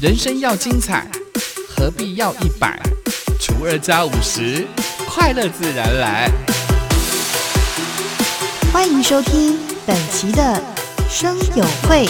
人生要精彩，何必要一百除二加五十？快乐自然来。欢迎收听本期的生友会。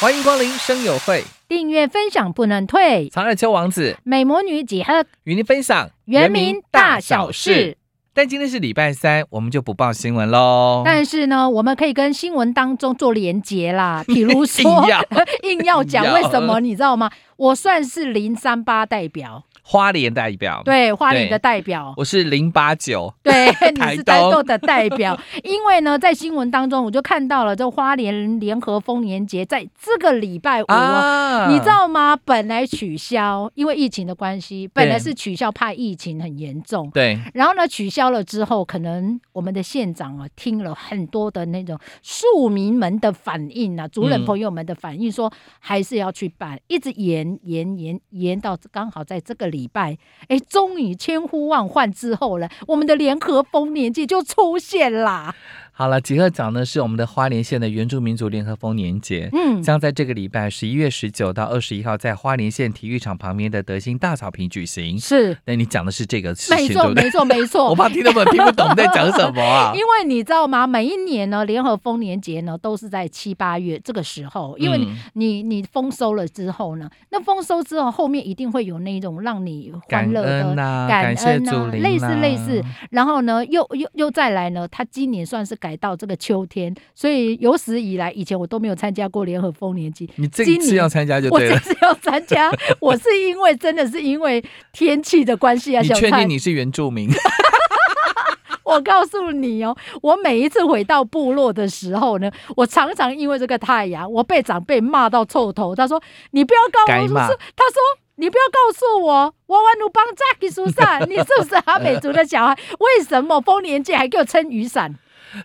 欢迎光临生友会，订阅分享不能退。长耳秋王子美魔女几何与您分享原名大小事。。但今天是礼拜三，我们就不报新闻喽。但是呢，我们可以跟新闻当中做连 结啦，比如说硬要硬要讲硬要为什么，你知道吗？我算是零三八代表，花莲代表，，对花莲对的代表，我是零八九，对， 你台是台东豆的代表，因为呢，在新闻当中我就看到了这花莲联合丰年节在这个礼拜五啊。啊你知道吗？本来取消，因为疫情的关系，本来对是取消，怕疫情很严重。对然后呢，取消了之后，可能我们的县长啊，听了很多的那种庶民们的反应啊，族人嗯朋友们的反应说，还是要去办，一直延延延延到刚好在这个礼拜，哎，终于千呼万唤之后了，我们的联合丰年祭就出现啦。好了，集合早呢是我们的花莲县的原住民族联合丰年节。嗯，将在这个礼拜十一月十九到二十一号，在花莲县体育场旁边的德兴大草坪举行。是那你讲的是这个事情，没对错，不对？没错，没错我。怕听众朋友听不懂在讲什么啊。因为你知道吗？每一年呢，联合丰年节呢，都是在七八月这个时候，因为你、嗯你你丰收了之后呢，那丰收之后，后面一定会有那种让你感欢乐的恩呐、感感谢恩主啊，灵、啊，类似类似。然后呢，又又又再来呢，他今年算是改到这个秋天，所以有史以来，以前我都没有参加过联合丰年节。你这今一次年要参加就我对这了。次要参加，我是因为真的是因为天气的关系 啊，你小确蔡定你是原住民？ 我告诉你哦，我每一次回到部落的时候呢，我常常因为这个太阳，我被长辈骂到臭头。他说：“你不要告该诉我骂是，他说你不要告诉我，我玩鲁邦扎吉苏萨，你是不是阿美族的小孩？ 为什么丰年祭还给我撑雨伞？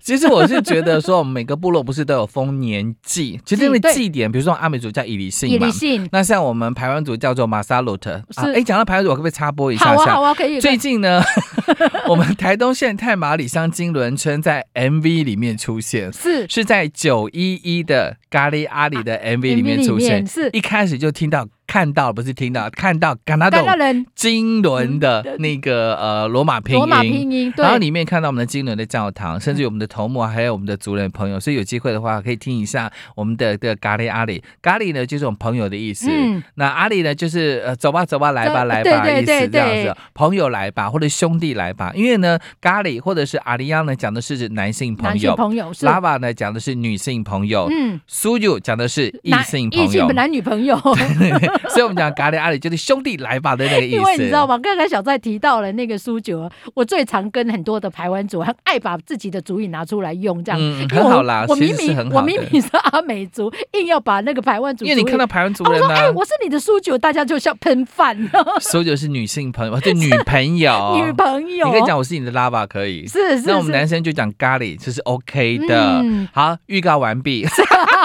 其实我是觉得说，我们每个部落不是都有丰年祭，其实那对个祭典，比如说阿美族叫伊里信伊嘛理，性，那像我们排湾族叫做马萨鲁特。啊，是哎，讲到排湾族，我可不可以插播一好下啊下？好啊，可以。可最以近呢， 我们台东县太马里乡金轮村在 MV 里面出现，是是在九一一的咖喱阿里的 MV 里面 MV 出啊里现面，是一开始就听到看到不是听到看到 g a n a d 干到 o 人嗯金轮的那个呃罗马拼罗马音。拼音，对然后里面看到我们的金轮的教堂，甚至有我们的头目，还有我们的族人朋友，所以有机会的话可以听一下我们的的咖喱阿里。咖喱呢就是我们朋友的意思，嗯那阿里呢就是呃走吧走吧来吧对来吧对意对思这样对子，朋友来吧或者兄弟来吧，因为呢咖喱或者是阿里央呢讲的是指男性朋男性友，朋友是拉瓦呢讲的是女性朋友，嗯，苏友讲的是异男性异朋性友，男女朋友。 所以我们讲咖喱阿里就是兄弟来吧的那个意思。哦因为你知道吗？刚才小蔡提到了那个苏九啊，我最常跟很多的台湾族，很爱把自己的族语拿出来用，这样、嗯因为很我好啦我其明实是明很我好明的明是阿美族，硬要把那个台湾族族语，因为你看到排湾族啊我人说呢、哎、我是你的苏九，大家就像喷饭所有是女性朋友，哦对女朋友， 女朋友，哦你可以讲我是你的拉吧，可以。是是那我们是，男生就讲咖喱，这是 OK 的。嗯好，预告完 毕。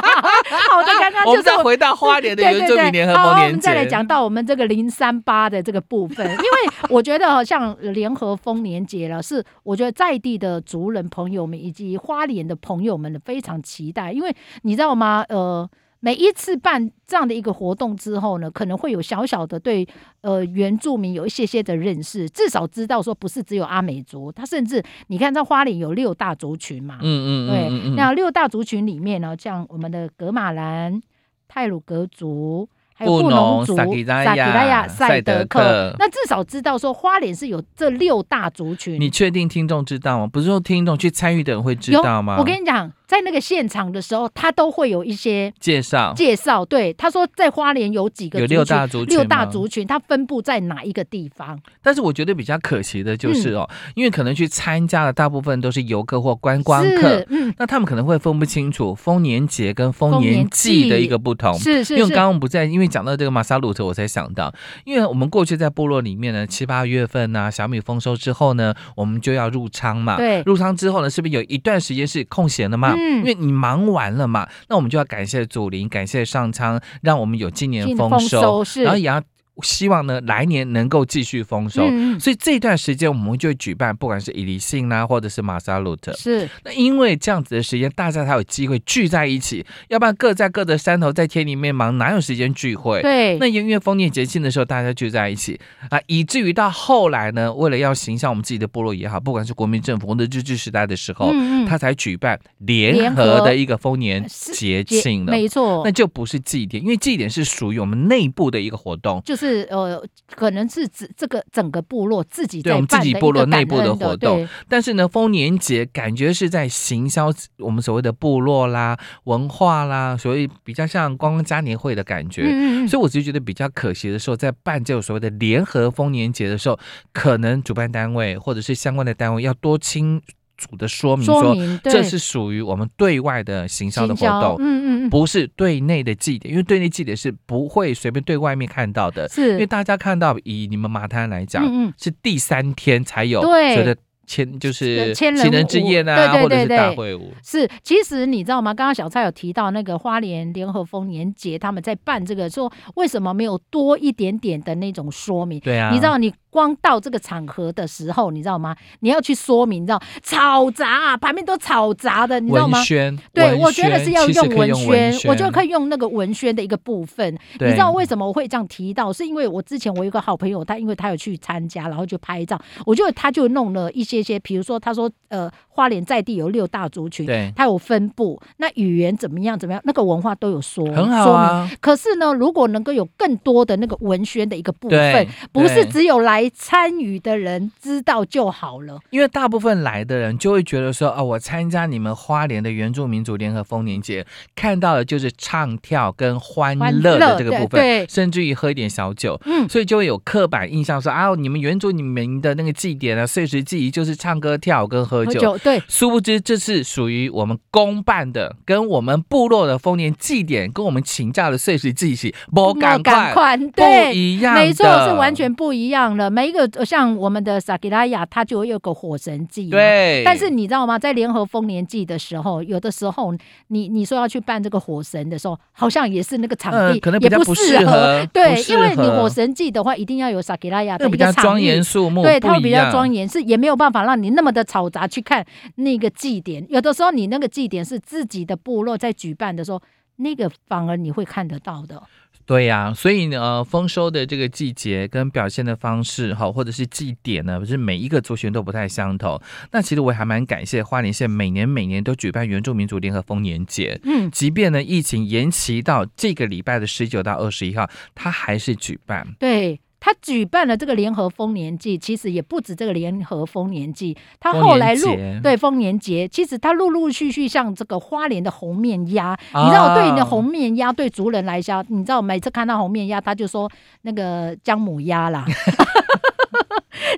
好的，刚刚啊我们就是再回到花 莲的原住民联合丰好，我年们节。再来讲到我们这个零三八的这个部分，因 为我觉得好像联合丰年节了，是我觉得在地的族人朋友们以及花莲的朋友们非常期待，因为你知道吗？呃。每一次办这样的一个活动之后呢，可能会有小小的对呃原住民有一些些的认识，至少知道说不是只有阿美族，他甚至你看在花莲有六大族群嘛，嗯，嗯嗯对嗯嗯，那六大族群里面呢，像我们的格马兰、泰鲁格族，还有布布农农族、萨吉拉萨亚吉拉亚赛赛德德克克。那至少知道说花莲是有这六大族群。你确定听众知道吗？不是说听众去参与的人会知有道吗？我跟你讲，在那个现场的时候，他都会有一些介绍，介绍。对，他说在花莲有几个哦有族群六大族群六大吗族群它分布在哪一个地方？但是我觉得比较可惜的就是嗯哦，因为可能去参加的大部分都是游客或观光客是，，嗯，那他们可能会分不清楚丰年节跟丰年祭的一个不同。是因是为是刚，刚我们不在，因为讲到这个马萨鲁特，我才想到，因为我们过去在部落里面呢，七八月份呢、小米丰收之后呢，我们就要入仓嘛。对入仓之后呢，是不是有一段时间是空闲的嘛？嗯因为你忙完了嘛，那我们就要感谢祖灵，感谢上苍，让我们有今年进丰丰收是然后也要希望呢来年能够继续丰收。嗯，所以这段时间我们就会举办，不管是伊犁信啦，或者是马萨鲁特。是那因为这样子的时间，大家才有机会聚在一起，要不然各在各的山头，在田里面忙，哪有时间聚会？对，那因为丰年节庆的时候，大家聚在一起啊，以至于到后来呢，为了要形象我们自己的部落也好，不管是国民政府或者日治时代的时候，嗯呃他才举办联合的一个丰年节节庆了。没错那，就不是祭典，因为祭典是属于我们内部的一个活动，就是呃，可能是指这个整个部落自己对在我们自办己的一部个落感内部的恩活动对但是呢，丰年节感觉是在行销我们所谓的部落啦、文化啦，所以比较像观光嘉年会的感觉。嗯嗯嗯，所以我就觉得比较可惜的时候，在办这种所谓的联合丰年节的时候，可能主办单位或者是相关的单位要多清楚的说明说说，明对这是属于我们对外的行销的活行销动，嗯嗯嗯，不是对内的祭典，因为对内祭典是不会随便对外面看到的，是因为大家看到以你们马滩来讲，嗯嗯是第三天才有对所谓的千就是千人情人之夜呐、啊或者舞对对对是对大会舞。是，其实你知道吗？刚刚小蔡有提到那个花莲联合丰年节，他们在办这个，说为什么没有多一点点的那种说明？对啊，你知道，你光到这个场合的时候，你知道吗？你要去说明，你知道，吵杂啊，旁边都吵杂的，你知道文吗？宣，对，文我觉得宣是要其实可以文用文宣，我觉得可以用那个文宣的一个部分。你对知道为什么我会这样提到？是因为我之前我有一个好朋友，他因为他有去参加，然后就拍照，我就他就弄了一些些，比如说他说呃，花莲在地有六大族群，对他有分布，那语言怎么样怎么样，那个文化都有说，很好说啊明。。可是呢，如果能够有更多的那个文宣的一个部分对，不对是只有来参与的人知道就好了。因为大部分来的人就会觉得说，啊，我参加你们花莲的原住民族联合丰年节，看到的就是唱跳跟欢乐欢乐的这个部分，对对甚至于喝一点小酒，嗯 所以就会有刻板印象说，啊，你们原住民的那个祭典啊，碎石祭仪就是唱歌、跳舞跟喝酒。对，殊不知，这是属于我们公办的，跟我们部落的丰年祭典，跟我们请假的碎石祭仪，不赶快，款不对。一样的，没错，是完全不一样了。每一个呃像我们的萨吉拉雅，它就有个火神祭嘛。对。但是你知道吗？在联合丰年祭的时候，有的时候你你说要去办这个火神的时候，好像也是那个场地、嗯可能比也较不不适适合对不，适因为你合火神祭的话，一定要有萨吉拉雅的那一比个较场庄地严肃穆，对，不它会比一较样庄严，是也没有办法让你那么的嘈杂去看那个祭典。有的时候你那个祭典是自己的部落在举办的时候，那个反而你会看得到的。对呀、所以呢，呃丰收的这个季节跟表现的方式哈，或者是祭典呢，是每一个族群都不太相同。那其实我还蛮感谢花莲县每年每年都举办原住民族联合丰年节，嗯，即便呢疫情延期到这个礼拜的十九到二十一号，它还是举办。对。他举办了这个联合丰年祭，其实也不止这个联合丰年祭，他丰后来年陆节对丰年节，其实他陆陆续续像这个花莲的红面鸭，啊你知道对你的红面鸭对族人来讲，你知道每次看到红面鸭，他就说那个姜母鸭 啦。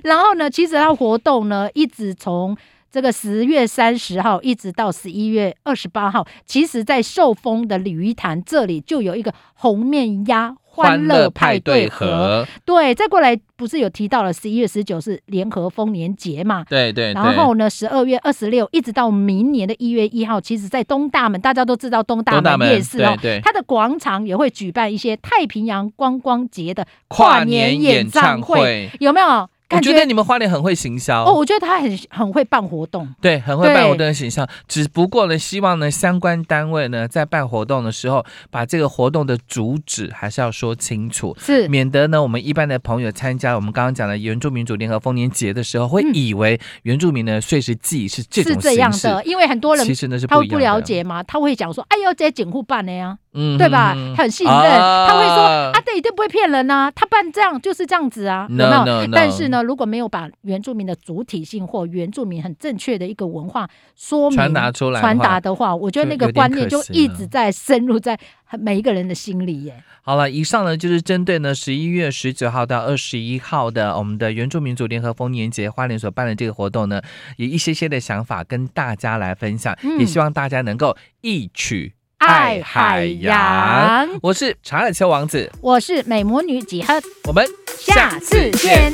然后呢，其实它活动呢一直从。这个十月三十号一直到十一月二十八号，其实，在寿丰的鲤鱼潭这里就有一个红面鸭欢乐派对盒。盒，对，再过来不是有提到了十一月十九是联合丰年节嘛？对哎对对，然后呢，十二月二十六一直到明年的一月一号，其实，在东大门，大家都知道东大东大门门夜市哦，对对它的广场也会举办一些太平洋观光节的跨年年演唱唱，会，有没有？我感觉得你们花莲很会行销哦，我觉得他很很会办活动，对，很会办对活动的形象。只不过呢，希望呢相关单位呢在办活动的时候，把这个活动的主旨还是要说清楚。是免得呢，我们一般的朋友参加我们刚刚讲的原住民族联合丰年节的时候，会嗯以为原住民的碎石祭是这是种这样形式，的，因为很多人其实呢是他不会一样不的了，解嘛，他会讲说，哎呦，这些警护办的呀、嗯对吧？嗯嗯他很信任，啊他会说啊，这一定不会骗人呐、他办这样就是这样子啊，有 No, 没有 no, no 但是呢，如果没有把原住民的主体性或原住民很正确的一个文化说明传达出来的话传达的话，我觉得那就有个点观念就可惜一了直在深入在每一个人的心里耶。好了，以上呢就是针对呢十一月十九号到二十一号的我们的原住民族联合丰年节花莲所办的这个活动呢，有一些些的想法跟大家来分享，嗯也希望大家能够一曲爱海洋。，我是查尔丘王子，我是美魔女几何，我们下次见。